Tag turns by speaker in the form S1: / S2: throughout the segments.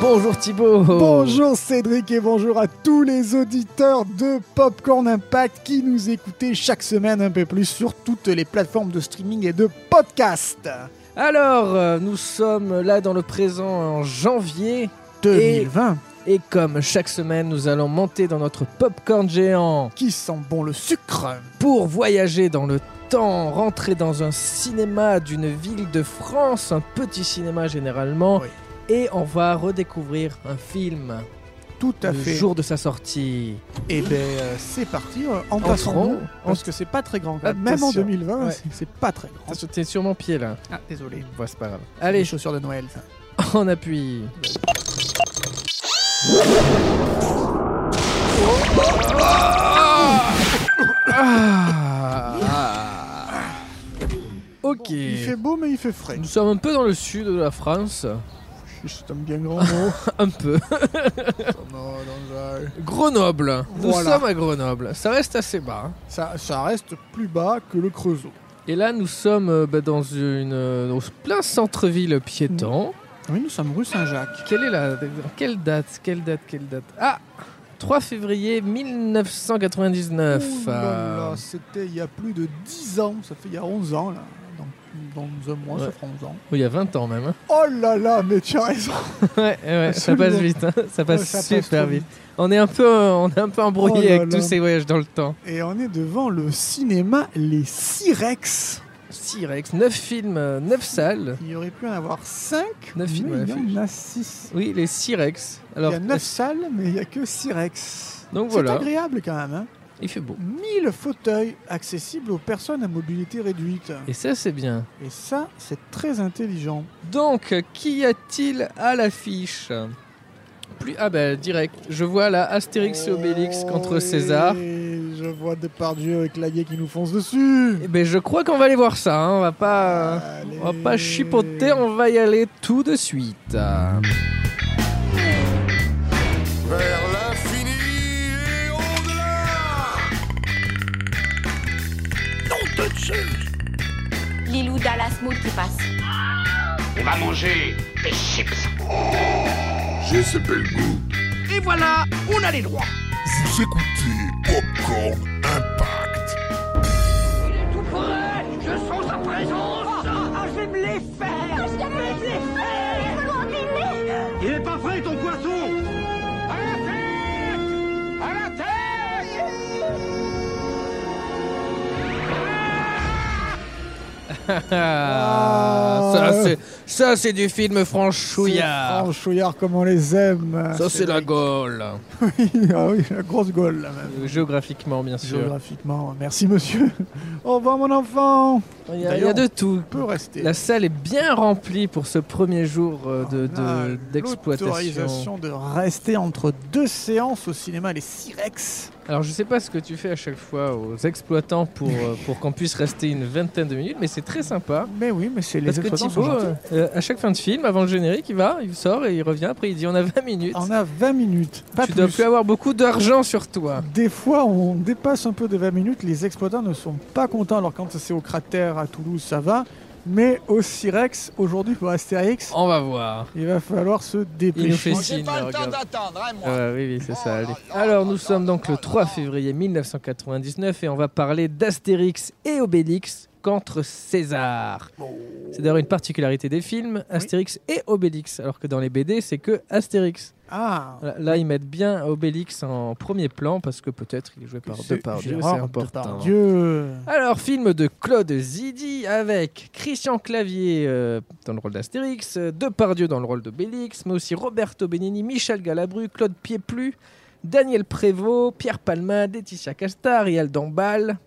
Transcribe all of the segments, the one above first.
S1: Bonjour Thibaut
S2: Bonjour Cédric et bonjour à tous les auditeurs de Popcorn Impact qui nous écoutez chaque semaine un peu plus sur toutes les plateformes de streaming et de podcast.
S1: Alors, euh, nous sommes là dans le présent en janvier
S2: 2020
S1: et comme chaque semaine, nous allons monter dans notre popcorn géant
S2: qui sent bon le sucre.
S1: pour voyager dans le temps, rentrer dans un cinéma d'une ville de France, un petit cinéma généralement,
S2: Oui.
S1: et on va redécouvrir un film
S2: Tout à
S1: le
S2: fait.
S1: jour de sa sortie.
S2: Et ben euh, c'est parti euh, en passant
S1: Entrons.
S2: nous, parce que c'est pas très grand. quand même. Même
S1: Attention.
S2: en 2020,
S1: Ouais.
S2: c'est- c'est pas très grand.
S1: T'as sauté sur mon pied là.
S2: Ah désolé.
S1: Bon, c'est pas grave.
S2: Ah, Les
S1: Allez,
S2: chaussures de Noël. ça.
S1: on appuie. Ah Ok.
S2: Ah. Il fait beau mais il fait frais.
S1: Nous sommes un peu dans le sud de la France.
S2: C'est un bien grand mot.
S1: Un peu.
S2: Non, dans un-
S1: Grenoble. Nous
S2: Voilà.
S1: sommes à Grenoble. Ça reste assez bas.
S2: ça, ça reste plus bas que le Creusot.
S1: Et là, nous sommes euh, bah, dans une, euh, au plein centre-ville
S2: Mm.
S1: piéton.
S2: Oui, nous sommes rue Saint-Jacques.
S1: Quelle est la quelle date Quelle date Quelle date Ah 3 février 1999.
S2: Ouh Oh là
S1: Euh,
S2: là, C'était il y a plus de 10 ans, ça fait il y a 11 ans là. Dans, dans un mois,
S1: Ouais.
S2: ça fera 11 ans.
S1: oh, il y a 20 ans même. hein.
S2: Oh là là, mais tu as raison.
S1: ouais, ouais, ouais, ça passe
S2: Absolument.
S1: vite. hein. Ça
S2: Ouais,
S1: passe
S2: ça passe
S1: super
S2: trop
S1: vite. On est un peu, euh, on est un peu embrouillé
S2: Oh là
S1: avec
S2: là.
S1: tous ces voyages dans le temps.
S2: Et on est devant le cinéma Les Sirex.
S1: Sirex, 9 films, 9 salles.
S2: Il y aurait pu en avoir 5, mais
S1: Neuf films à
S2: il y en
S1: l'affiche.
S2: a 6.
S1: Oui, les Sirex.
S2: Il
S1: Alors,
S2: y a 9 salles, mais il n'y a que Sirex.
S1: Donc
S2: C'est
S1: voilà.
S2: agréable quand même. Hein.
S1: il fait beau.
S2: 1000 fauteuils accessibles aux personnes à mobilité réduite.
S1: Et ça, c'est bien.
S2: Et ça, c'est très intelligent.
S1: Donc, qu'y a-t-il à l'affiche Plus ah ben direct, je vois là Astérix et Obélix contre
S2: Oh,
S1: César.
S2: et Je vois Depardieu et Clavier qui nous foncent dessus.
S1: Eh ben je crois qu'on va aller voir ça. hein. On va pas,
S2: Allez.
S1: on va pas chipoter, on va y aller tout de suite.
S3: Vers l'infini et au-delà
S4: Lilou Dallas Moult qui passe.
S5: On va manger des chips.
S3: Je s'appelle goût.
S5: Et voilà, on a les droits.
S3: Vous écoutez Popcorn Impact.
S5: Tout prêt Je sens sa présence je vais me les faire Je vais me les faire Il est pas frais, ton poisson À la tête À la tête
S1: Ah, ça c'est, ça c'est du film franchouillard.
S2: Oh, Chouillard, comme on les aime.
S1: Ça c'est la Gaule.
S2: Ah oui, la grosse gueule, là, même.
S1: Géographiquement bien sûr.
S2: Géographiquement, merci monsieur. Au revoir mon enfant.
S1: Il y a, il y a
S2: D'ailleurs,
S1: de tout.
S2: On peut rester.
S1: La salle est bien remplie pour ce premier jour euh, de,
S2: On a
S1: de- d'exploitation.
S2: Ah, L'autorisation de rester entre deux séances au cinéma les Sirex.
S1: Alors je sais pas ce que tu fais à chaque fois aux exploitants pour, euh, pour qu'on puisse rester une vingtaine de minutes, mais c'est très sympa.
S2: Mais oui, mais c'est les
S1: Parce que
S2: exploitants sont
S1: Thibaut,
S2: gentils.
S1: euh, à chaque fin de film, avant le générique, il va, il sort et il revient. Après, il dit on a 20 minutes.
S2: On a 20 minutes, pas
S1: tu dois
S2: plus.
S1: plus avoir beaucoup d'argent sur toi.
S2: Des fois, on dépasse un peu de 20 minutes, les exploitants ne sont pas contents. Alors, quand c'est au cratère à Toulouse, ça va. Mais au Sirex, aujourd'hui, pour Astérix,
S1: On va voir.
S2: il va falloir se
S1: Il nous
S2: dépêcher.
S1: fait signe. là, regarde. Ah, oui, oui, c'est ça. allez. Alors, nous sommes donc le 3 février 1999 et on va parler d'Astérix et Obélix contre César. C'est d'ailleurs une particularité des films, Astérix et Obélix, alors que dans les BD, c'est que Astérix.
S2: Ah,
S1: Voilà, Là, ils mettent bien Obélix en premier plan parce que peut-être il est joué par
S2: C'est
S1: Depardieu, c'est
S2: Gérard
S1: important.
S2: Dieu.
S1: Alors, film de Claude Zidi avec Christian Clavier euh, dans le rôle d'Astérix, euh, Depardieu dans le rôle d'Obélix, mais aussi Roberto Benigni, Michel Galabru, Claude Pieplu, Daniel Prévost, Pierre Palma, Laetitia Casta, Riel Dombal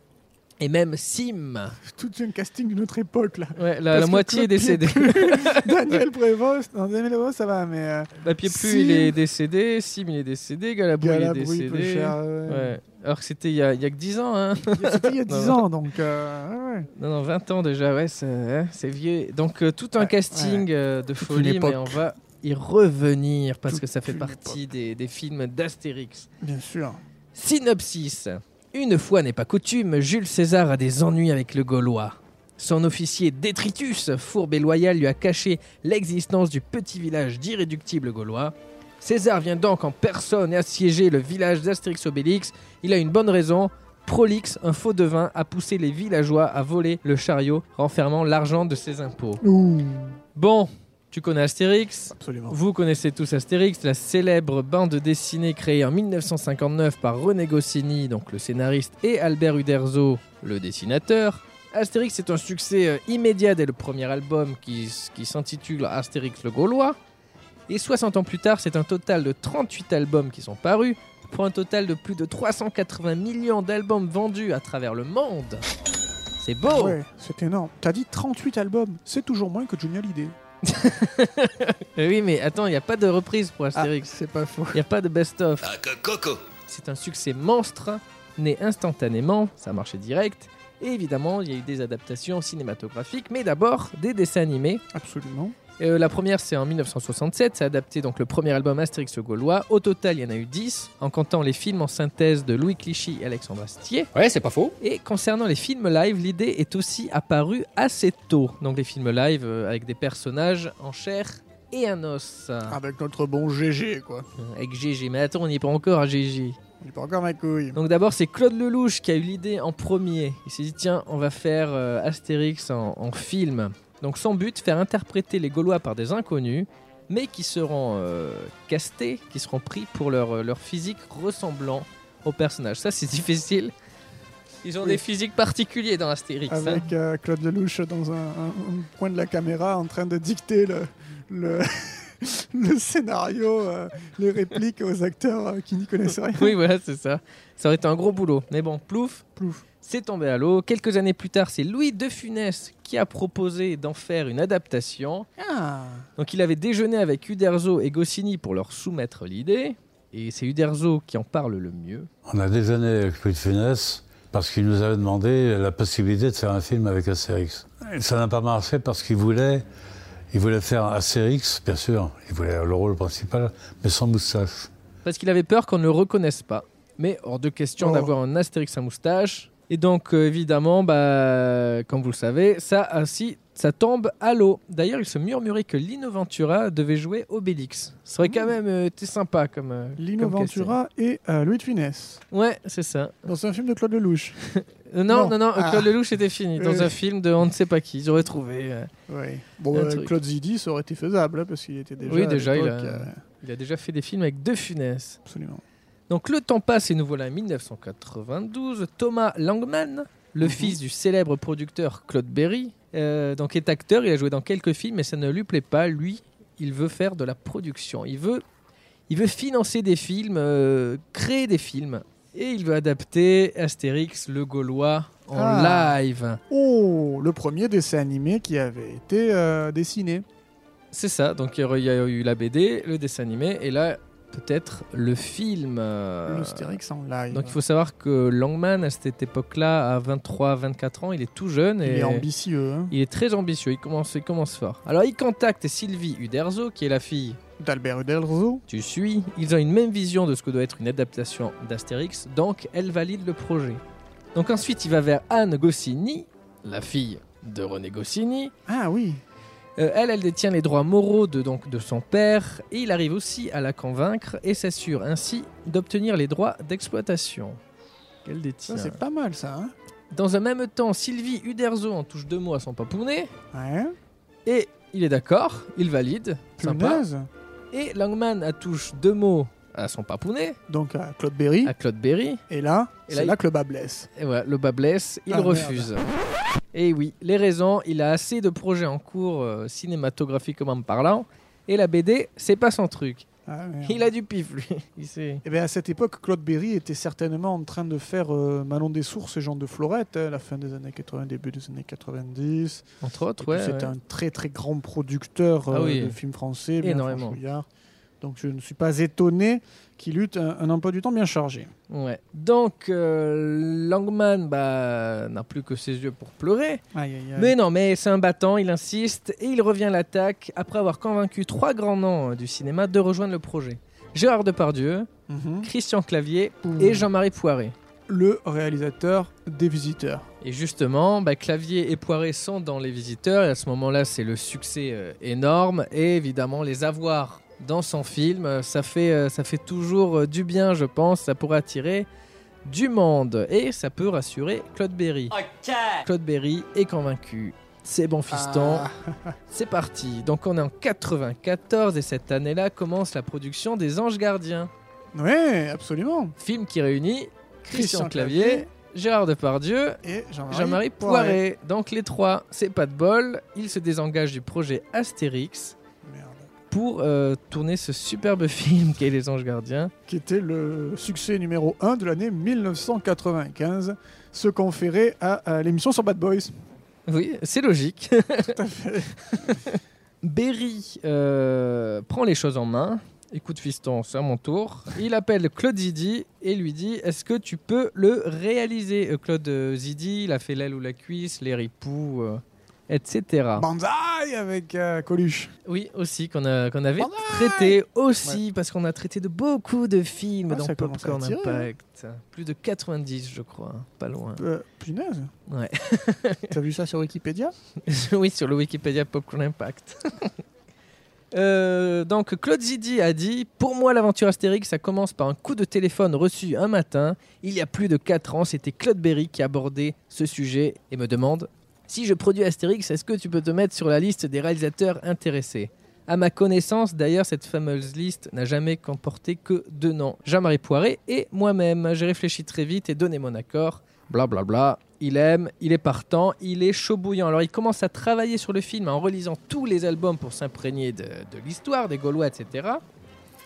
S1: et même Sim.
S2: Tout un casting d'une autre époque, là.
S1: Ouais,
S2: Parce
S1: la, la
S2: que
S1: moitié est
S2: Claude Pieplu-
S1: décédée.
S2: Daniel Prévost. Non, Daniel Prévost, ça va, mais. euh,
S1: Bah, Pieplu,
S2: Sim.
S1: il est décédé, Sim, il est décédé, Galabru,
S2: Galabru,
S1: il est
S2: peu
S1: décédé.
S2: cher, ouais.
S1: Ouais. Alors que c'était il y, a il y a que 10 ans, hein
S2: C'était il y a 10
S1: Non.
S2: ans, donc. euh, ouais.
S1: Non, non, 20 ans déjà, ouais, c'est hein, c'est vieux. Donc, euh, tout un
S2: Ouais,
S1: casting euh, de
S2: Toute une
S1: folie,
S2: époque.
S1: mais on va y revenir parce
S2: Toute
S1: que ça fait
S2: une
S1: partie des, des films d'Astérix.
S2: Bien sûr.
S1: Synopsis. Une fois n'est pas coutume, Jules César a des ennuis avec le Gaulois. Son officier Détritus, fourbe et loyal, lui a caché l'existence du petit village d'irréductibles gaulois. César vient donc en personne assiéger le village d'Astérix Obélix. Il a une bonne raison. Prolix, un faux devin, a poussé les villageois à voler le chariot renfermant l'argent de ses impôts.
S2: Ouh,
S1: Bon, tu connais Astérix
S2: absolument.
S1: vous connaissez tous Astérix, la célèbre bande dessinée créée en 1959 par René Goscinny, donc le scénariste, et Albert Uderzo, le dessinateur. Astérix est un succès euh, immédiat dès le premier album qui, s- qui s'intitule Astérix le Gaulois. Et 60 ans plus tard, c'est un total de 38 albums qui sont parus, pour un total de plus de 380 millions d'albums vendus à travers le monde. C'est beau
S2: Ouais, c'est énorme. T'as dit 38 albums, c'est toujours moins que Johnny Hallyday.
S1: Eh Oui, mais attends, il n'y a pas de reprise pour Astérix.
S2: Ah, c'est pas faux.
S1: Il n'y a pas de best-of.
S6: Ah, co- coco.
S1: C'est un succès monstre, né instantanément, ça marchait direct. Et évidemment, il y a eu des adaptations cinématographiques, mais d'abord des dessins animés.
S2: Absolument.
S1: Euh, la première, c'est en 1967, ça a adapté donc le premier album Astérix le Gaulois. Au total, il y en a eu 10, en comptant les films en synthèse de Louis Clichy et Alexandre Astier.
S7: Ouais, c'est pas faux.
S1: Et concernant les films live, l'idée est aussi apparue assez tôt. Donc les films live euh, avec des personnages en chair et en os.
S7: Ah.
S2: Avec notre bon GG, quoi.
S1: Euh, Avec GG, mais attends, on n'y est pas encore hein, à GG.
S2: Il est pas encore ma couille.
S1: Donc d'abord, c'est Claude Lelouch qui a eu l'idée en premier. Il s'est dit, tiens, on va faire euh, Astérix en, en film. Donc son but, faire interpréter les Gaulois par des inconnus, mais qui seront euh, castés, qui seront pris pour leur, euh, leur physique ressemblant au personnage. Ça, c'est difficile. Ils ont
S2: Oui.
S1: des physiques particuliers dans Astérix. hein.
S2: Avec euh, Claude Lelouch dans un, un- un coin de la caméra en train de dicter le, le, le scénario, euh, les répliques aux acteurs euh, qui n'y connaissent rien.
S1: Oui, voilà, c'est ça. Ça aurait été un gros boulot. Mais bon, plouf,
S2: Plouf.
S1: c'est tombé à l'eau. Quelques années plus tard, c'est Louis de Funès qui a proposé d'en faire une adaptation. Ah. Donc il avait déjeuné avec Uderzo et Goscinny pour leur soumettre l'idée. Et c'est Uderzo qui en parle le mieux.
S8: On a déjeuné avec Louis de Funès parce qu'il nous avait demandé la possibilité de faire un film avec Astérix. Et ça n'a pas marché parce qu'il voulait, il voulait faire Astérix, bien sûr, il voulait le rôle principal, mais sans moustache.
S1: Parce qu'il avait peur qu'on ne le reconnaisse pas. Mais hors de question
S2: Oh.
S1: d'avoir un Astérix à moustache. Et donc euh, évidemment, bah, comme vous le savez, ça ainsi, ça tombe à l'eau. D'ailleurs, il se murmurait que Lino Ventura devait jouer Obélix. Ce serait
S2: Mmh.
S1: quand même euh, t'es sympa comme... euh,
S2: Lino
S1: comme casting.
S2: Ventura et euh, Louis de Funès
S1: Ouais, c'est ça.
S2: dans un film de Claude Lelouch.
S1: Euh, non, non,
S2: Non.
S1: non, euh,
S2: Ah.
S1: Claude Lelouch était fini. Dans
S2: Euh.
S1: un film de on ne sait pas qui, ils auraient trouvé... euh,
S2: Oui. Bon,
S1: Un
S2: euh,
S1: truc.
S2: Claude Zidi, ça aurait été faisable hein, parce qu'il était déjà.
S1: Oui,
S2: à
S1: déjà, il
S2: l'époque,
S1: a-
S2: euh,
S1: il a déjà fait des films avec deux Funès.
S2: absolument.
S1: Donc le temps passe et nous voilà en 1992. Thomas Langman, le fils du célèbre producteur Claude Berry, euh, donc est acteur, il a joué dans quelques films mais ça ne lui plaît pas. Lui, il veut faire de la production. Il veut, il veut financer des films, euh, créer des films. Et il veut adapter Astérix le Gaulois en
S2: Ah.
S1: live.
S2: Oh, le premier dessin animé qui avait été euh, dessiné.
S1: C'est ça, donc il y aurait- il y a eu la BD, le dessin animé et là peut-être le film. euh,
S2: L'Astérix en live.
S1: Donc il faut savoir que Langman, à cette époque-là, à 23-24 ans, il est tout jeune
S2: Il
S1: et
S2: est ambitieux, hein,
S1: il est très ambitieux, il commence, il commence fort. Alors il contacte Sylvie Uderzo, qui est la fille
S2: d'Albert Uderzo.
S1: tu suis. Ils ont une même vision de ce que doit être une adaptation d'Astérix, donc elle valide le projet. Donc ensuite il va vers Anne Goscinny, la fille de René Goscinny.
S2: Ah oui,
S1: Euh, elle, elle détient les droits moraux de, donc, de son père et il arrive aussi à la convaincre et s'assure ainsi d'obtenir les droits d'exploitation. Qu'elle détient.
S2: ça c'est pas mal ça. hein.
S1: Dans un même temps, Sylvie Uderzo en touche deux mots à son papounet.
S2: Ouais.
S1: Et il est d'accord, il valide. Sympa.
S2: Punaise.
S1: Et Langman à touche deux mots à son papounet,
S2: Donc à Claude Berry.
S1: à Claude Berry.
S2: Et là,
S1: Ah. Et
S2: c'est
S1: là,
S2: là que le bas blesse.
S1: Et voilà, le bas blesse, il
S2: Ah,
S1: refuse. Et oui, les raisons, il a assez de projets en cours euh, cinématographiquement parlant. Et la BD, c'est pas son truc.
S2: Ah, merde.
S1: Il a du pif, lui. Il sait.
S2: Eh bien, à cette époque, Claude Berry était certainement en train de faire euh, Manon des Sources et Jean de Florette, hein, la fin des années 80, début des années 90.
S1: Entre
S2: Et
S1: autres,
S2: puis,
S1: ouais.
S2: C'était
S1: ouais.
S2: un très très grand producteur
S1: Ah
S2: euh,
S1: oui.
S2: de films français, bien
S1: Énormément.
S2: franchouillard. Donc je ne suis pas étonné qu'il eut un, un emploi du temps bien chargé.
S1: Ouais. Donc, euh, Langman bah, n'a plus que ses yeux pour pleurer.
S2: Aïe, aïe, aïe.
S1: Mais non, mais c'est un battant, il insiste et il revient à l'attaque après avoir convaincu trois grands noms euh, du cinéma de rejoindre le projet. Gérard Depardieu,
S2: Mhm.
S1: Christian Clavier
S2: Ouh.
S1: et Jean-Marie Poiré.
S2: le réalisateur des Visiteurs.
S1: Et justement, bah, Clavier et Poiré sont dans Les Visiteurs, et à ce moment-là, c'est le succès euh, énorme, et évidemment, les avoir dans son film, euh, ça fait, euh, ça fait toujours euh, du bien, je pense, ça pourrait attirer du monde, et ça peut rassurer Claude Berry. Claude Berry est convaincu. C'est bon fiston, c'est parti. Donc on est en 94 et cette année-là commence la production des Anges Gardiens.
S2: Ouais, absolument.
S1: Film qui réunit Christian, Clavier, Gérard Depardieu
S2: et Jean-Marie,
S1: Jean-Marie Poiré. Donc les trois, c'est pas de bol, ils se désengagent du projet Astérix
S2: Merde.
S1: pour euh, tourner ce superbe film qu'est Les Anges Gardiens.
S2: Qui était le succès numéro 1 de l'année 1995, se conférer à, à l'émission sur Bad Boys.
S1: Oui, c'est logique. Berry euh, prend les choses en main. Écoute fiston, c'est à mon tour. Il appelle Claude Zidi et lui dit Est-ce que tu peux le réaliser Euh, Claude euh, Zidi, il a fait l'aile ou la cuisse, les ripoux, euh, etc.
S2: Banzai avec euh, Coluche.
S1: Oui, aussi, qu'on a- qu'on avait traité aussi, parce qu'on a traité de beaucoup de films
S2: Ah,
S1: dans
S2: ça commence à
S1: Popcorn
S2: attirer, hein.
S1: Impact. Plus de 90, je crois, hein, pas loin.
S2: Euh, punaise.
S1: Ouais.
S2: T'as vu ça sur Wikipédia
S1: oui, sur le Wikipédia Popcorn Impact. Euh, donc, Claude Zidi a dit Pour moi, l'aventure Astérix, ça commence par un coup de téléphone reçu un matin. Il y a plus de 4 ans, c'était Claude Berry qui abordait ce sujet et me demande Si je produis Astérix, est-ce que tu peux te mettre sur la liste des réalisateurs intéressés À ma connaissance, d'ailleurs, cette fameuse liste n'a jamais comporté que deux noms Jean-Marie Poiré et moi-même. J'ai réfléchi très vite et donné mon accord blablabla. Il aime, il est partant, il est chaud bouillant. Alors il commence à travailler sur le film hein, en relisant tous les albums pour s'imprégner de, de l'histoire des Gaulois, etc.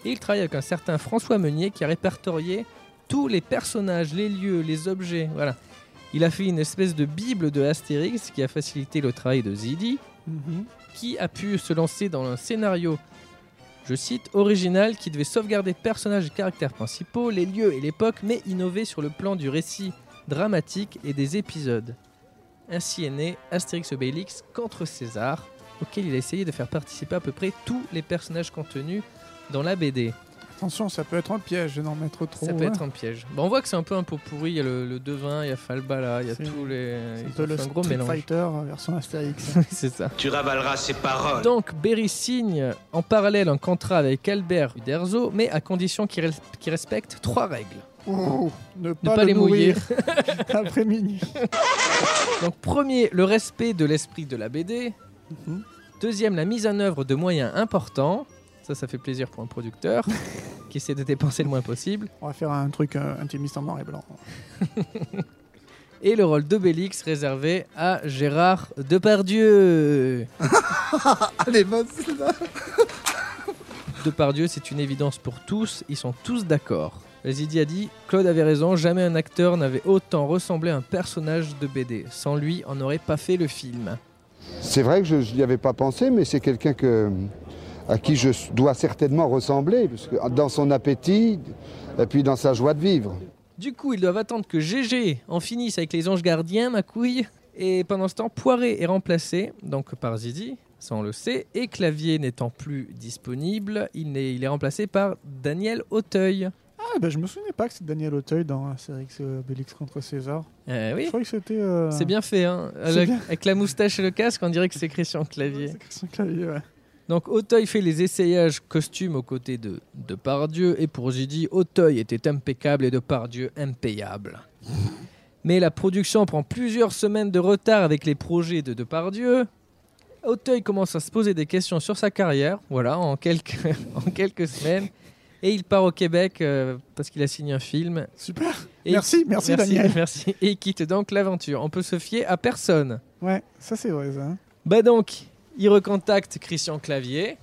S1: Et il travaille avec un certain François Meunier qui a répertorié tous les personnages, les lieux, les objets. Voilà. Il a fait une espèce de bible de Astérix qui a facilité le travail de Zidi, Mhm. qui a pu se lancer dans un scénario, je cite, original qui devait sauvegarder personnages et caractères principaux, les lieux et l'époque, mais innover sur le plan du récit dramatique et des épisodes. Ainsi est né Astérix Obélix contre César, auquel il a essayé de faire participer à peu près tous les personnages contenus dans la BD.
S2: Attention, ça peut être un piège de n'en mettre trop.
S1: Ça peut
S2: hein.
S1: être un piège. Bon, on voit que c'est un peu un pot pourri, il y a le, le devin, il y a Falbala, il y a
S2: C'est-
S1: tous les...
S2: C'est un
S1: ils
S2: peu
S1: ont
S2: le
S1: fait un gros
S2: Street
S1: mélange.
S2: Fighter euh, version Astérix.
S1: Oui, c'est ça.
S6: Tu ravaleras ses paroles.
S1: Donc Berry signe en parallèle un contrat avec Albert Uderzo, mais à condition qu'il res- qu'il respecte trois règles.
S2: Oh, ne
S1: Ne
S2: pas, le les mouiller après minuit.
S1: Donc premier, le respect de l'esprit de la BD.
S2: Mhm.
S1: Deuxième, la mise en œuvre de moyens importants. Ça, ça fait plaisir pour un producteur qui essaie de dépenser le moins possible.
S2: On va faire un truc euh, intimiste en noir et blanc.
S1: Et le rôle d'Obélix réservé à Gérard Depardieu.
S2: Allez, vas-y
S1: Depardieu, c'est une évidence pour tous, ils sont tous d'accord. Zidi a dit Claude avait raison, jamais un acteur n'avait autant ressemblé à un personnage de BD. Sans lui, on n'aurait pas fait le film.
S7: C'est vrai que je n'y avais pas pensé, mais c'est quelqu'un que- à qui je dois certainement ressembler, parce que dans son appétit et puis dans sa joie de vivre.
S1: Du coup, ils doivent attendre que GG en finisse avec les anges gardiens, ma couille. Et pendant ce temps, Poiré est remplacé donc par Zidi, ça on le sait, et Clavier n'étant plus disponible, il est, il est remplacé par Daniel Auteuil.
S2: Ah, ben je me souvenais pas que c'était Daniel Auteuil dans Astérix euh, Obélix contre César.
S1: Eh
S2: Je
S1: oui,
S2: croyais que c'était. euh,
S1: c'est bien fait, hein.
S2: C'est
S1: Avec,
S2: bien.
S1: avec la moustache et le casque, on dirait que c'est Christian Clavier.
S2: C'est Christian Clavier, ouais.
S1: Donc Auteuil fait les essayages costumes aux côtés de Depardieu et pour Zidi, Auteuil était impeccable et Depardieu impayable. Mais la production prend plusieurs semaines de retard avec les projets de Depardieu. Auteuil commence à se poser des questions sur sa carrière, voilà, en quelques, en quelques semaines. Et il part au Québec euh, parce qu'il a signé un film.
S2: Super
S1: Et
S2: Merci, merci, Daniel
S1: Merci. Et il quitte donc l'aventure. On peut se fier à personne.
S2: Ouais, ça c'est vrai ça. hein.
S1: Bah donc, il recontacte Christian Clavier,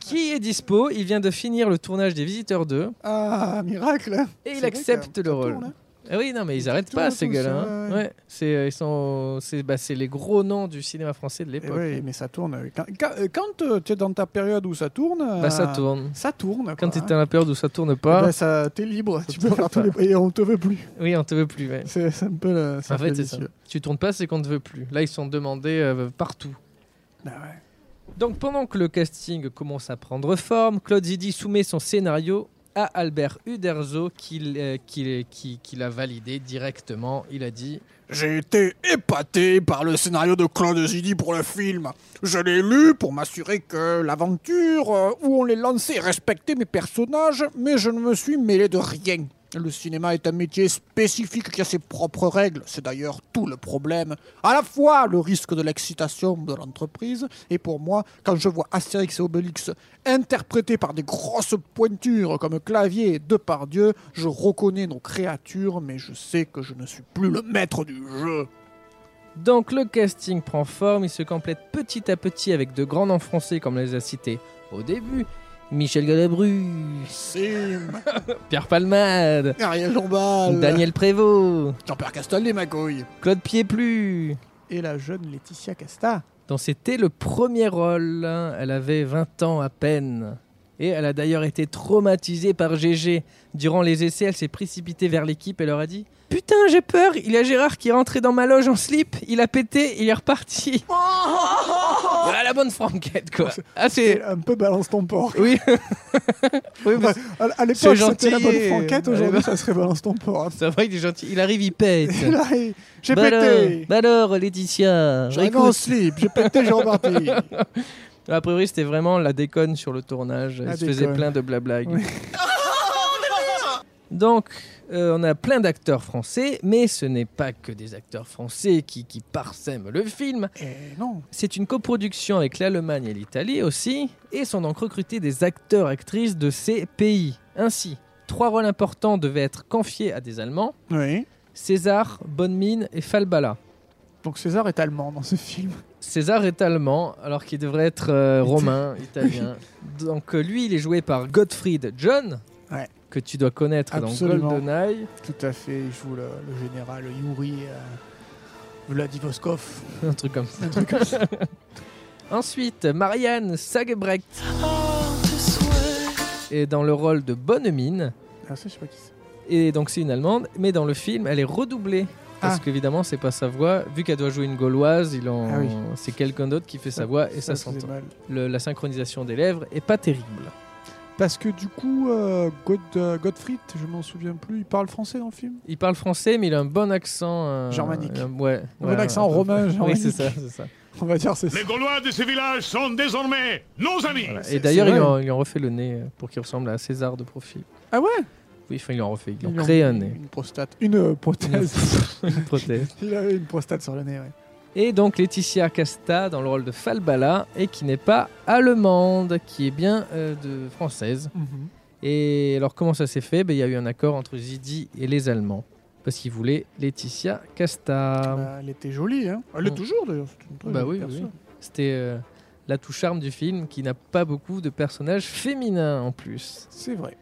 S1: qui est dispo. Il vient de finir le tournage des Visiteurs 2
S2: Ah, miracle hein.
S1: et il
S2: C'est vrai
S1: accepte
S2: que
S1: le
S2: ça
S1: rôle.
S2: tourne, hein.
S1: Ah oui, non, mais ils
S2: Ils
S1: arrêtent
S2: tournent
S1: pas
S2: tous,
S1: ces gars-là. hein.
S2: ouais.
S1: Ouais, c'est euh, ils sont, c'est bah, c'est les gros noms du cinéma français de
S2: Eh
S1: l'époque.
S2: ouais, mais ça tourne. euh, Quand, quand, euh, quand, euh, tu es dans ta période où ça tourne. euh,
S1: Bah ça tourne.
S2: Ça tourne.
S1: Quand
S2: quoi,
S1: t'es
S2: hein.
S1: dans la période où ça tourne
S2: Eh
S1: pas,
S2: ben, ça, t'es libre, tu peux
S1: tourne
S2: faire tous les. Et on te veut plus.
S1: oui, on te veut plus. ouais.
S2: C'est c'est un peu le.
S1: En fait, bah, c'est ça.
S2: vicieux.
S1: Tu tournes pas, c'est qu'on te veut plus. Là, ils sont demandés euh, partout.
S2: Bah ouais.
S1: Donc pendant que le casting commence à prendre forme, Claude Zidi soumet son scénario à Albert Uderzo qui, l'- euh, qui l'- qui- qui l'a validé directement. Il a dit
S2: J'ai été épaté par le scénario de Claude Zidi pour le film. Je l'ai lu pour m'assurer que l'aventure euh, où on les lançait respectait mes personnages, mais je ne me suis mêlé de rien. Le cinéma est un métier spécifique qui a ses propres règles. C'est d'ailleurs tout le problème. À la fois le risque de l'excitation de l'entreprise, et pour moi, quand je vois Astérix et Obélix interprétés par des grosses pointures comme Clavier et Depardieu, je reconnais nos créatures, mais je sais que je ne suis plus le maître du jeu.
S1: Donc le casting prend forme, il se complète petit à petit avec de grands noms français comme on les a cités au début. Michel Galabru,
S2: Sim,
S1: Pierre Palmade,
S2: Ariel Jombal,
S1: Daniel Prévost,
S2: Jean-Pierre Castel des Magouilles,
S1: Claude Piéplu.
S2: et la jeune Laetitia Casta.
S1: dont c'était le premier rôle. hein, Elle avait 20 ans à peine. Et elle a d'ailleurs été traumatisée par GG. Durant les essais, elle s'est précipitée vers l'équipe et leur a dit Putain, j'ai peur, il y a Gérard qui est rentré dans ma loge en slip, il a pété, il est reparti. voilà la bonne franquette, quoi. Ah, c'est.
S2: un peu balance ton porc.
S1: Oui. oui mais
S2: À, à
S1: C'est
S2: l'époque,
S1: gentil
S2: c'était la bonne
S1: et-
S2: franquette,
S1: Ouais,
S2: aujourd'hui, ça serait balance ton porc.
S1: c'est vrai, il est gentil. Il arrive, il pète.
S2: J'ai
S1: Bah alors-
S2: pété.
S1: bah alors, Laetitia.
S2: J'arrive en
S1: écoute.
S2: slip, j'ai pété, j'ai reparti.
S1: A priori, c'était vraiment la déconne sur le tournage.
S2: La
S1: Il se faisait
S2: déconne.
S1: plein de blablagues.
S2: Oui.
S1: Donc, euh, on a plein d'acteurs français, mais ce n'est pas que des acteurs français qui, qui parsèment le film.
S2: Eh non.
S1: C'est une coproduction avec l'Allemagne et l'Italie aussi, et sont donc recrutés des acteurs-actrices de ces pays. Ainsi, trois rôles importants devaient être confiés à des Allemands
S2: Oui.
S1: César, Bonne Mine et Falbala.
S2: Donc César est allemand dans ce film.
S1: César est allemand, alors qu'il devrait être euh, romain, italien. Donc euh, lui, il est joué par Gottfried John,
S2: Ouais.
S1: que tu dois connaître
S2: Absolument.
S1: dans GoldenEye.
S2: Tout à fait, il joue le, le général Yuri euh, Vladivostok.
S1: Un truc comme ça. Ensuite, Marianne Sagebrecht est dans le rôle de Bonne Mine.
S2: Ah, ça, je sais pas qui c'est.
S1: Et donc c'est une Allemande, mais dans le film, elle est redoublée. Parce
S2: Ah.
S1: qu'évidemment, c'est pas sa voix. Vu qu'elle doit jouer une Gauloise, ils l'ont-
S2: Ah oui.
S1: c'est quelqu'un d'autre qui fait sa voix et ça,
S2: faisait
S1: s'entend.
S2: mal.
S1: Le- La synchronisation des lèvres est pas terrible.
S2: Parce que du coup, euh, God, euh, Gottfried, je m'en souviens plus, il parle français dans le film
S1: Il parle français, mais il a un bon accent. euh,
S2: Germanique.
S1: euh, ouais.
S2: Un
S1: ouais,
S2: bon accent
S1: peu-
S2: romain,
S1: Oui,
S2: germanique.
S1: c'est ça. c'est ça.
S2: On va dire c'est ça.
S6: Les Gaulois de ce village sont désormais nos amis.
S2: C'est-
S1: Et d'ailleurs,
S2: c'est
S1: ils lui
S2: vrai.
S1: ont- ils lui ont refait le nez euh, pour qu'il ressemble à César de profil.
S2: Ah ouais
S1: Oui, enfin, ils lui ont refait. Ils lui ont
S2: Ils ont
S1: créé
S2: mis
S1: un nez.
S2: Une prostate. Une euh, prothèse.
S1: Une prothèse.
S2: il avait une prostate sur le nez, ouais.
S1: Et donc Laetitia Casta dans le rôle de Falbala, et qui n'est pas allemande, qui est bien euh, de française.
S2: Mhm.
S1: Et alors comment ça s'est fait Ben, Il y a eu un accord entre Zidi et les Allemands, parce qu'ils voulaient Laetitia Casta.
S2: Bah, elle était jolie, hein. Elle est
S1: Mm.
S2: toujours, d'ailleurs. c'est une très
S1: Bah
S2: jolie
S1: oui,
S2: personne.
S1: oui. C'était euh, la touche charme du film qui n'a pas beaucoup de personnages féminins en plus.
S2: C'est vrai.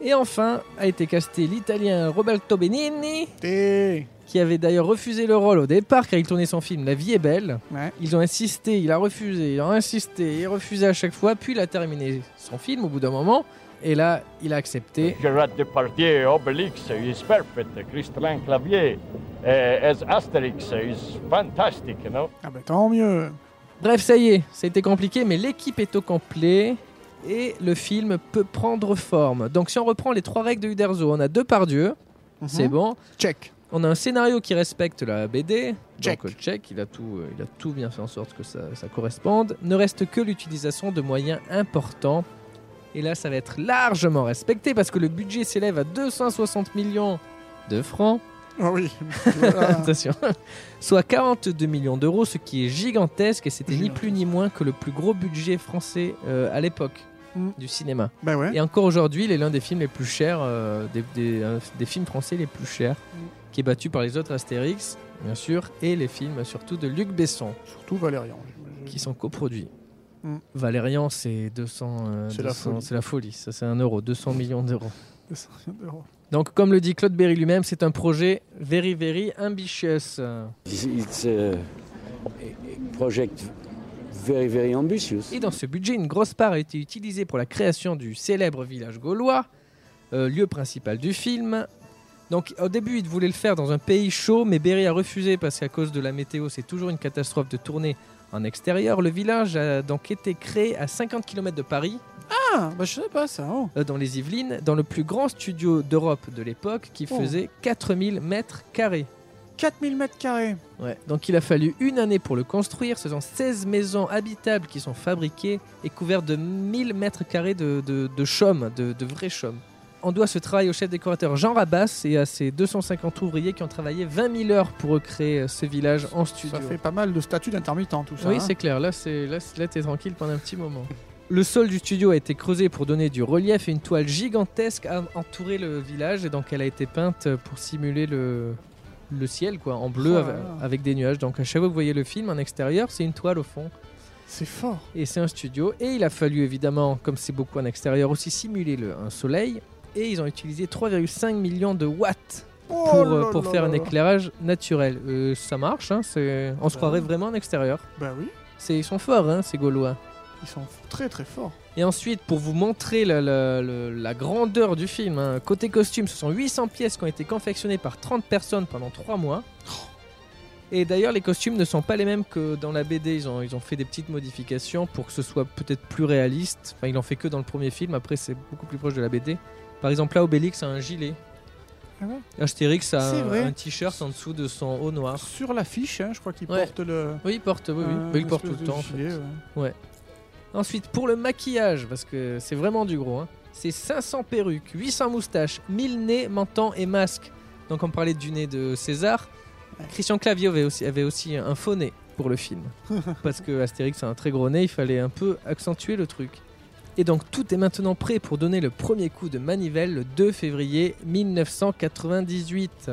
S1: Et enfin, a été casté l'italien Roberto Benigni,
S2: T'es...
S1: qui avait d'ailleurs refusé le rôle au départ car il tournait son film La vie est belle.
S2: Ouais.
S1: Ils ont insisté, il a refusé, ils ont insisté, il refusait à chaque fois, puis il a terminé son film au bout d'un moment. Et là, il a accepté.
S9: Gerard Depardieu, Obelix is perfect. Christophe Clavier uh, as Asterix is fantastic, you know.
S2: Ah bah tant mieux.
S1: Bref, ça y est, ça a été compliqué, mais l'équipe est au complet et le film peut prendre forme. Donc si on reprend les trois règles de Uderzo, on a deux par Dieu, c'est
S2: Mhm.
S1: bon.
S2: Check.
S1: On a un scénario qui respecte la BD.
S2: Check.
S1: Donc, euh, check. Il a, tout, euh, il a tout bien fait en sorte que ça, ça corresponde. Ne reste que l'utilisation de moyens importants. Et là, ça va être largement respecté parce que le budget s'élève à 260 millions de francs.
S2: Ah oui. Voilà.
S1: Attention. Soit 42 millions d'euros, ce qui est gigantesque. Et c'était ni
S2: Gigantesque.
S1: plus ni moins que le plus gros budget français euh, à l'époque
S2: Mm.
S1: du cinéma.
S2: bah ouais.
S1: Et encore aujourd'hui, il est l'un des films les plus chers, euh, des, des, euh, des films français les plus chers, qui est battu par les autres Astérix, bien sûr, et les films surtout de Luc Besson,
S2: Surtout Valérian. j'imagine.
S1: qui sont coproduits.
S2: Mm.
S1: Valérian, c'est 200. euh,
S2: C'est la
S1: 200,
S2: folie.
S1: C'est la folie, ça c'est un euro, 200 millions d'euros.
S2: 200 euros.
S1: Donc, comme le dit Claude Berry lui-même, c'est un projet very, very ambitious.
S10: It's a project very, very ambitious.
S1: Et dans ce budget, une grosse part a été utilisée pour la création du célèbre village gaulois, euh, lieu principal du film. Donc au début, il voulait le faire dans un pays chaud, mais Berry a refusé parce qu'à cause de la météo, c'est toujours une catastrophe de tourner En extérieur, le village a donc été créé à 50 km de Paris,
S2: Ah, bah je sais pas ça. oh.
S1: euh, dans les Yvelines, dans le plus grand studio d'Europe de l'époque qui
S2: Oh.
S1: faisait 4000 mètres carrés.
S2: 4000 mètres carrés.
S1: Ouais, donc il a fallu une année pour le construire. Ce sont 16 maisons habitables qui sont fabriquées et couvertes de 1000 mètres carrés de, de, de chaume, de, de vrai chaume. On doit ce travail au chef décorateur Jean Rabas et à ses 250 ouvriers qui ont travaillé 20 000 heures pour recréer euh, ce village en studio.
S2: Ça fait pas mal de statuts d'intermittents tout ça.
S1: Oui,
S2: hein.
S1: c'est clair. Là, c'est là, c'est- là, t'es tranquille pendant un petit moment. Le sol du studio a été creusé pour donner du relief et une toile gigantesque a entouré le village et donc elle a été peinte pour simuler le, le ciel quoi, en bleu
S2: Oh là
S1: ave-
S2: là.
S1: avec des nuages. Donc à chaque fois que vous voyez le film en extérieur, c'est une toile au fond
S2: C'est fort.
S1: et c'est un studio. Et il a fallu évidemment, comme c'est beaucoup en extérieur, aussi simuler le, un soleil. Et ils ont utilisé 3,5 millions de watts
S2: Oh
S1: pour,
S2: là
S1: euh, pour
S2: là
S1: faire
S2: là
S1: un
S2: là.
S1: éclairage naturel. Euh, ça marche, hein, c'est- on se
S2: Bah
S1: croirait
S2: oui.
S1: vraiment en extérieur.
S2: Bah oui,
S1: C'est- Ils sont forts, hein, ces Gaulois.
S2: ils sont très très forts.
S1: Et ensuite, pour vous montrer la, la- la- la grandeur du film, hein, côté costume, ce sont 800 pièces qui ont été confectionnées par 30 personnes pendant 3 mois. Et d'ailleurs, les costumes ne sont pas les mêmes que dans la BD. Ils ont, ils ont fait des petites modifications pour que ce soit peut-être plus réaliste. Enfin, ils l'ont fait que dans le premier film. Après, c'est beaucoup plus proche de la BD. Par exemple, là, Obélix a un gilet.
S2: Ah ouais
S1: Astérix a
S2: C'est
S1: un,
S2: vrai.
S1: un t-shirt en dessous de son haut noir.
S2: Sur l'affiche, hein, je crois qu'ils
S1: Ouais.
S2: portent le.
S1: Oui, il porte, oui, oui.
S2: un
S1: Mais il porte tout
S2: espèce
S1: le
S2: de
S1: temps. en
S2: gilet,
S1: fait.
S2: ouais.
S1: Ensuite, pour le maquillage, parce que c'est vraiment du gros, hein, c'est 500 perruques, 800 moustaches, 1000 nez, mentons et masques. Donc on parlait du nez de César. Christian Clavier avait aussi, avait aussi un faux nez pour le film. parce que Astérix a un très gros nez, il fallait un peu accentuer le truc. Et donc tout est maintenant prêt pour donner le premier coup de manivelle le 2 février 1998.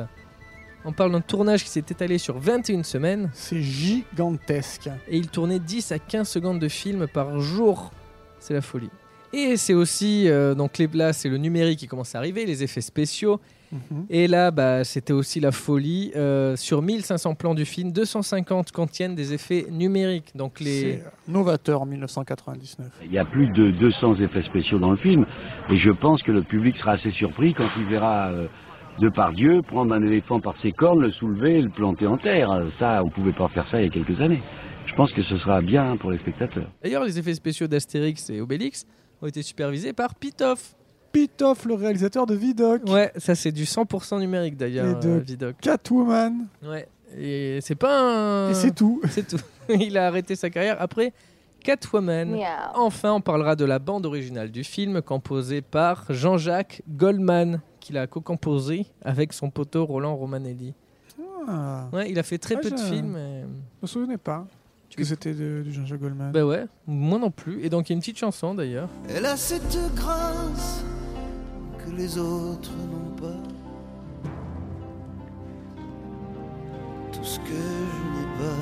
S1: On parle d'un tournage qui s'est étalé sur 21 semaines
S2: C'est gigantesque.
S1: et il tournait 10 à 15 secondes de film par jour. C'est la folie. Et c'est aussi, euh, donc les là c'est le numérique qui commence à arriver, les effets spéciaux.
S2: Mhm.
S1: Et là, bah, c'était aussi la folie. Euh, sur 1500 plans du film, 250 contiennent des effets numériques. Donc les...
S2: C'est euh, novateur en 1999.
S11: Il y a plus de 200 effets spéciaux dans le film, et je pense que le public sera assez surpris quand il verra euh, Depardieu prendre un éléphant par ses cornes, le soulever et le planter en terre. Ça, on ne pouvait pas faire ça il y a quelques années. Je pense que ce sera bien pour les spectateurs.
S1: D'ailleurs, les effets spéciaux d'Astérix et Obélix ont été supervisés par Pitoff.
S2: Pitoff, le réalisateur de Vidoc.
S1: Ouais, ça c'est du 100% numérique d'ailleurs,
S2: Et de-
S1: euh, Vidoc.
S2: Catwoman.
S1: Ouais, et c'est pas un...
S2: Et c'est tout.
S1: C'est tout. Il a arrêté sa carrière après Catwoman.
S4: Miaou.
S1: Enfin, on parlera de la bande originale du film composée par Jean-Jacques Goldman, qu'il a co-composé avec son poteau Roland Romanelli.
S2: Ah,
S1: Ouais, il a fait très
S2: Ah,
S1: peu de
S2: je-
S1: films. et-
S2: je me souvenais pas que c'était de- du Jean-Jacques Goldman.
S1: Bah ouais, moi non plus. Et donc il y a une petite chanson d'ailleurs.
S12: Elle a cette grâce que les autres n'ont pas. Tout ce que je n'ai pas.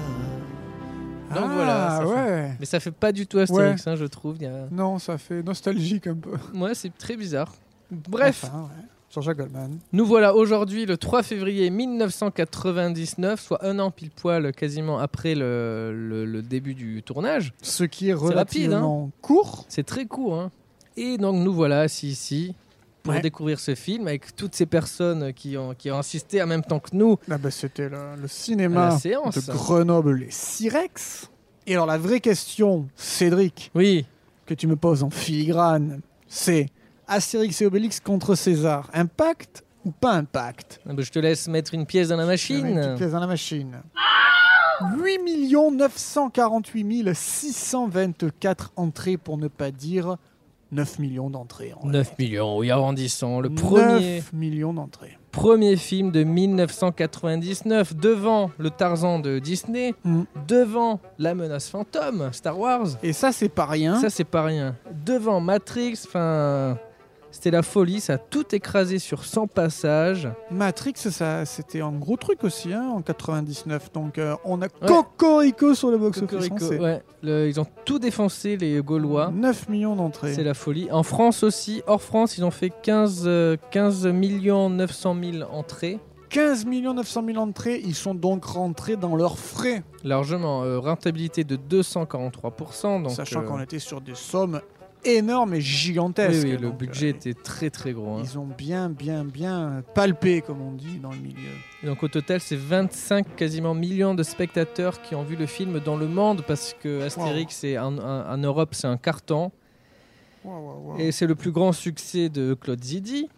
S1: Ben, Donc voilà.
S2: Ah
S1: ça fait-
S2: ouais.
S1: Mais ça fait pas du tout Astérix, hein, je trouve. Il y a-
S2: Non, ça fait nostalgique un peu.
S1: Ouais, c'est très bizarre. Bref,
S2: Enfin, ouais. Jean-Jacques Goldman.
S1: Nous voilà aujourd'hui le 3 février 1999, soit un an pile poil quasiment après le, le- le début du tournage.
S2: Ce qui est
S1: rapide, hein.
S2: relativement court.
S1: C'est très court. hein. Et donc nous voilà assis ici pour
S2: Ouais.
S1: découvrir ce film avec toutes ces personnes qui ont, qui ont assisté en même temps que nous.
S2: Ah bah, c'était le, le cinéma
S1: À la séance.
S2: de Grenoble, les Sirex. Et alors la vraie question, Cédric,
S1: Oui,
S2: que tu me poses en filigrane, c'est Astérix et Obélix contre César, impact ou pas impact
S1: Ah bah, je te laisse mettre une pièce dans la
S2: Je mets une
S1: machine.
S2: petite pièce dans la machine. 8 948 624 entrées pour ne pas dire 9 millions d'entrées. en vrai.
S1: 9 millions, oui, arrondissons. Le premier,
S2: 9 millions d'entrées.
S1: premier film de 1999 devant le Tarzan de Disney,
S2: Mm.
S1: devant la menace fantôme, Star Wars.
S2: Et ça, c'est pas rien.
S1: Ça, c'est pas rien. Devant Matrix, enfin. C'était la folie, ça a tout écrasé sur 100 passages.
S2: Matrix, ça, c'était un gros truc aussi, hein, en 99. Donc, euh, on a Cocorico sur le box-office hein,
S1: Cocorico,
S2: français.
S1: ouais. Le- ils ont tout défoncé, les Gaulois.
S2: 9 millions d'entrées.
S1: C'est la folie. En France aussi, hors France, ils ont fait 15, euh, 15 millions 900 000 entrées.
S2: 15 900 000 entrées. Ils sont donc rentrés dans leurs frais.
S1: Largement, euh, rentabilité de 243%. Donc,
S2: sachant
S1: euh,
S2: qu'on était sur des sommes énorme et gigantesque.
S1: Oui, oui, le
S2: Donc, euh,
S1: budget était très très gros. hein.
S2: Ils ont bien, bien, bien palpé, comme on dit, dans le milieu.
S1: Et donc au total, c'est 25 quasiment millions de spectateurs qui ont vu le film dans le monde parce que Astérix est un- un- en Europe, c'est un carton. Et c'est le plus grand succès de Claude Zidi.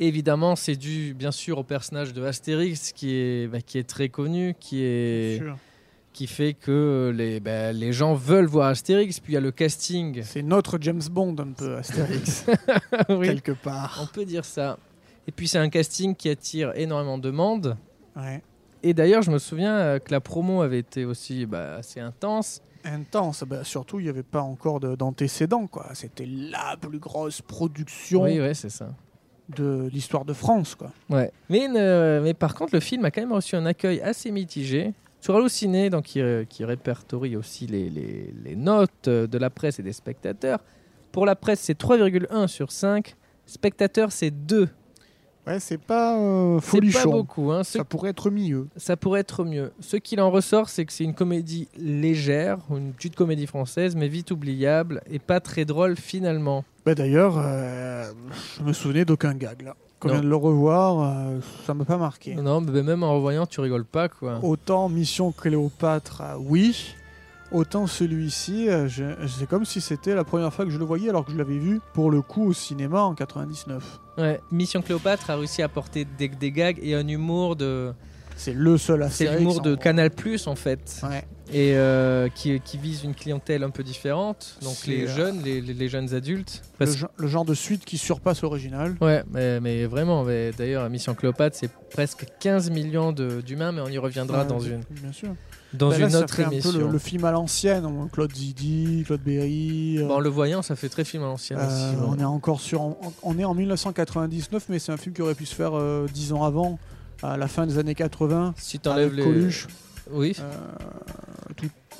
S1: Évidemment, c'est dû bien sûr au personnage de Astérix qui est, bah, qui est très connu, qui est
S2: Bien sûr.
S1: qui fait que les, bah, les gens veulent voir Astérix. Puis il y a le casting.
S2: C'est notre James Bond un peu Astérix, quelque part.
S1: On peut dire ça. Et puis c'est un casting qui attire énormément de monde.
S2: Ouais.
S1: Et d'ailleurs, je me souviens euh, que la promo avait été aussi bah, assez intense.
S2: Intense, bah, surtout il n'y avait pas encore de- d'antécédents. quoi. C'était la plus grosse production
S1: Oui, ouais, c'est ça.
S2: de l'histoire de France. quoi.
S1: Ouais. Mais, ne- mais par contre, le film a quand même reçu un accueil assez mitigé. Sur Allociné, donc, qui, ré- qui répertorie aussi les, les- les notes euh, de la presse et des spectateurs. Pour la presse, c'est 3,1 sur 5. Spectateurs, c'est 2.
S2: Ouais, c'est pas euh,
S1: C'est pas
S2: folichon.
S1: beaucoup. hein. Ce-
S2: Ça pourrait être mieux.
S1: Ça pourrait être mieux. Ce qu'il en ressort, c'est que c'est une comédie légère, une petite comédie française, mais vite oubliable et pas très drôle finalement.
S2: Bah, D'ailleurs, euh, je me souvenais d'aucun gag là. Quand je
S1: Non.
S2: viens de le revoir, euh, ça m'a pas marqué.
S1: Non, mais même en revoyant, tu rigoles pas quoi.
S2: Autant Mission Cléopâtre, euh, oui. Autant celui-ci, euh, je- c'est comme si c'était la première fois que je le voyais alors que je l'avais vu pour le coup au cinéma en 99.
S1: Ouais. Mission Cléopâtre a réussi à apporter des, des gags et un humour de.
S2: C'est le seul
S1: C'est
S2: Astérix,
S1: l'humour de
S2: en-
S1: Canal Plus en fait. Et euh, qui, qui vise une clientèle un peu différente, donc
S2: C'est,
S1: les
S2: euh,
S1: jeunes, les, les- les jeunes adultes.
S2: Le,
S1: Parce-
S2: gen- le genre de suite qui surpasse l'original.
S1: Ouais, mais, mais vraiment, mais d'ailleurs, Mission Cléopâtre, c'est presque 15 millions de- d'humains, mais on y reviendra
S2: Ouais,
S1: dans
S2: bien-
S1: une,
S2: Euh, bien sûr.
S1: dans
S2: Bah Ah, là,
S1: une
S2: ça
S1: autre
S2: fait un peu le-
S1: émission.
S2: le, film à l'ancienne, on- Claude Zidi, Claude Berry. euh,
S1: Bon, en le voyant, ça fait très film à l'ancienne.
S2: euh,
S1: aussi, ouais.
S2: on est encore sur, on, on est en 1999, mais c'est un film qui aurait pu se faire euh, 10 ans avant, à la fin des années 80.
S1: Si t'enlèves
S2: avec
S1: les-
S2: Coluche.
S1: Oui.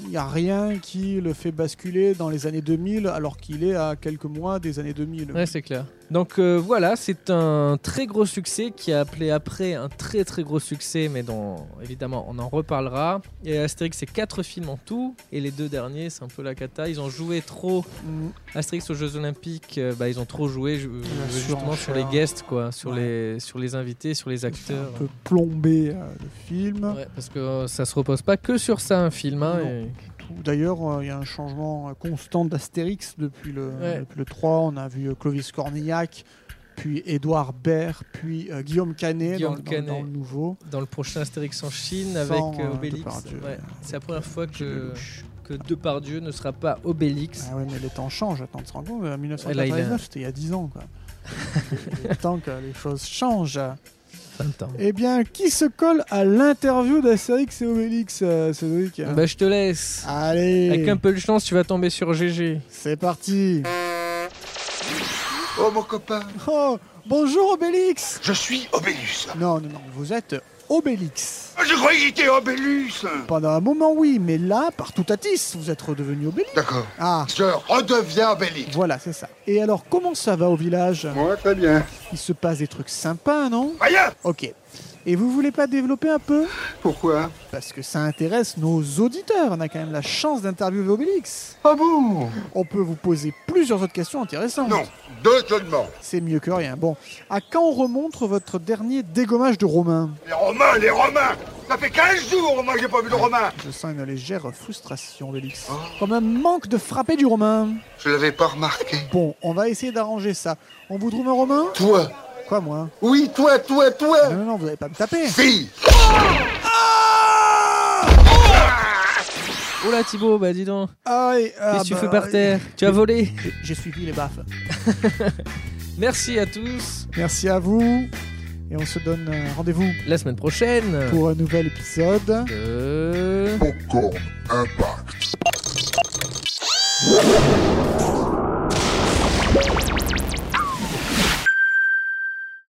S2: Il n'y a rien qui le fait basculer dans les années 2000, alors qu'il est à quelques mois des années 2000.
S1: Ouais, c'est clair. Donc euh, voilà, c'est un très gros succès qui a appelé après un très très gros succès, mais dont évidemment on en reparlera. Et Astérix, c'est 4 films en tout, et les deux derniers, c'est un peu la cata. Ils ont joué trop.
S2: Mmh.
S1: Astérix aux Jeux Olympiques, euh, bah, ils ont trop joué ju- euh, justement sur les
S2: surenchère.
S1: guests, quoi, sur, les, sur les invités, sur les acteurs.
S2: Un peu plombé euh, le film.
S1: Ouais, parce que euh, ça se repose pas que sur ça, un film. hein,
S2: Non.
S1: et-
S2: Tout- D'ailleurs, euh, il y a un changement euh, constant d'Astérix depuis le,
S1: Ouais.
S2: depuis le 3. On a vu euh, Clovis Cornillac, puis Édouard Baird, puis euh, Guillaume Canet,
S1: Guillaume
S2: dans, dans-
S1: Canet.
S2: dans le nouveau.
S1: dans le prochain Astérix en Chine
S2: Sans,
S1: avec
S2: euh,
S1: euh, Obélix.
S2: Depardieu.
S1: Ouais, C'est la première fois que, que Depardieu ne sera pas Obélix.
S2: Ah ouais, mais les temps changent, attends, tu te rends compte,
S1: Là,
S2: euh,
S1: il a-
S2: 1999, c'était il y a 10 ans. Quoi. il est temps que les choses changent.
S1: temps.
S2: Eh bien, qui se colle à l'interview d'Astérix et Obélix, euh, Cédric
S1: Bah, je te laisse.
S2: ah, Allez.
S1: Avec un peu de chance, tu vas tomber sur GG.
S2: C'est parti.
S13: Oh mon copain
S2: Oh, bonjour Obélix
S13: Je suis Obélus
S2: Non, non, non, vous êtes Obélix.
S13: Ah, Je croyais qu'il était Obélus
S2: Pendant un moment, oui, mais là, par tout atis, vous êtes redevenu Obélix.
S13: D'accord.
S2: Ah.
S13: Je redeviens Obélix
S2: Voilà, c'est ça. Et alors, comment ça va au village
S13: Moi, très bien.
S2: Il se passe des trucs sympas, non
S13: Rien
S2: Ok. Et vous voulez pas développer un peu
S13: Pourquoi
S2: Parce que ça intéresse nos auditeurs. On a quand même la chance d'interviewer Obélix.
S13: Ah bon
S2: On peut vous poser plusieurs autres questions intéressantes.
S13: Non, deux seulement.
S2: C'est mieux que rien. Bon, à quand on remonte votre dernier dégommage de Romain
S13: Les Romains, les Romains Ça fait 15 jours, moi, que j'ai pas vu de Romain
S2: Je sens une légère frustration, Obélix. Comme un manque de frapper du Romain.
S13: Je l'avais pas remarqué.
S2: Bon, on va essayer d'arranger ça. On vous trouve un Romain
S13: Toi
S2: Quoi, moi
S13: Oui, toi, toi, toi
S2: Non, non, non, vous n'allez pas me taper.
S13: Si
S1: Oh là, Thibaut, bah dis donc.
S2: Aïe, ah,
S1: Qu'est-ce que tu
S2: bah,
S1: fais par terre Tu as volé
S2: j'ai- J'ai suivi les baffes.
S1: Merci à tous.
S2: Merci à vous. Et on se donne euh, rendez-vous
S1: La semaine prochaine.
S2: pour un nouvel épisode.
S1: Euh,
S3: Popcorn Impact.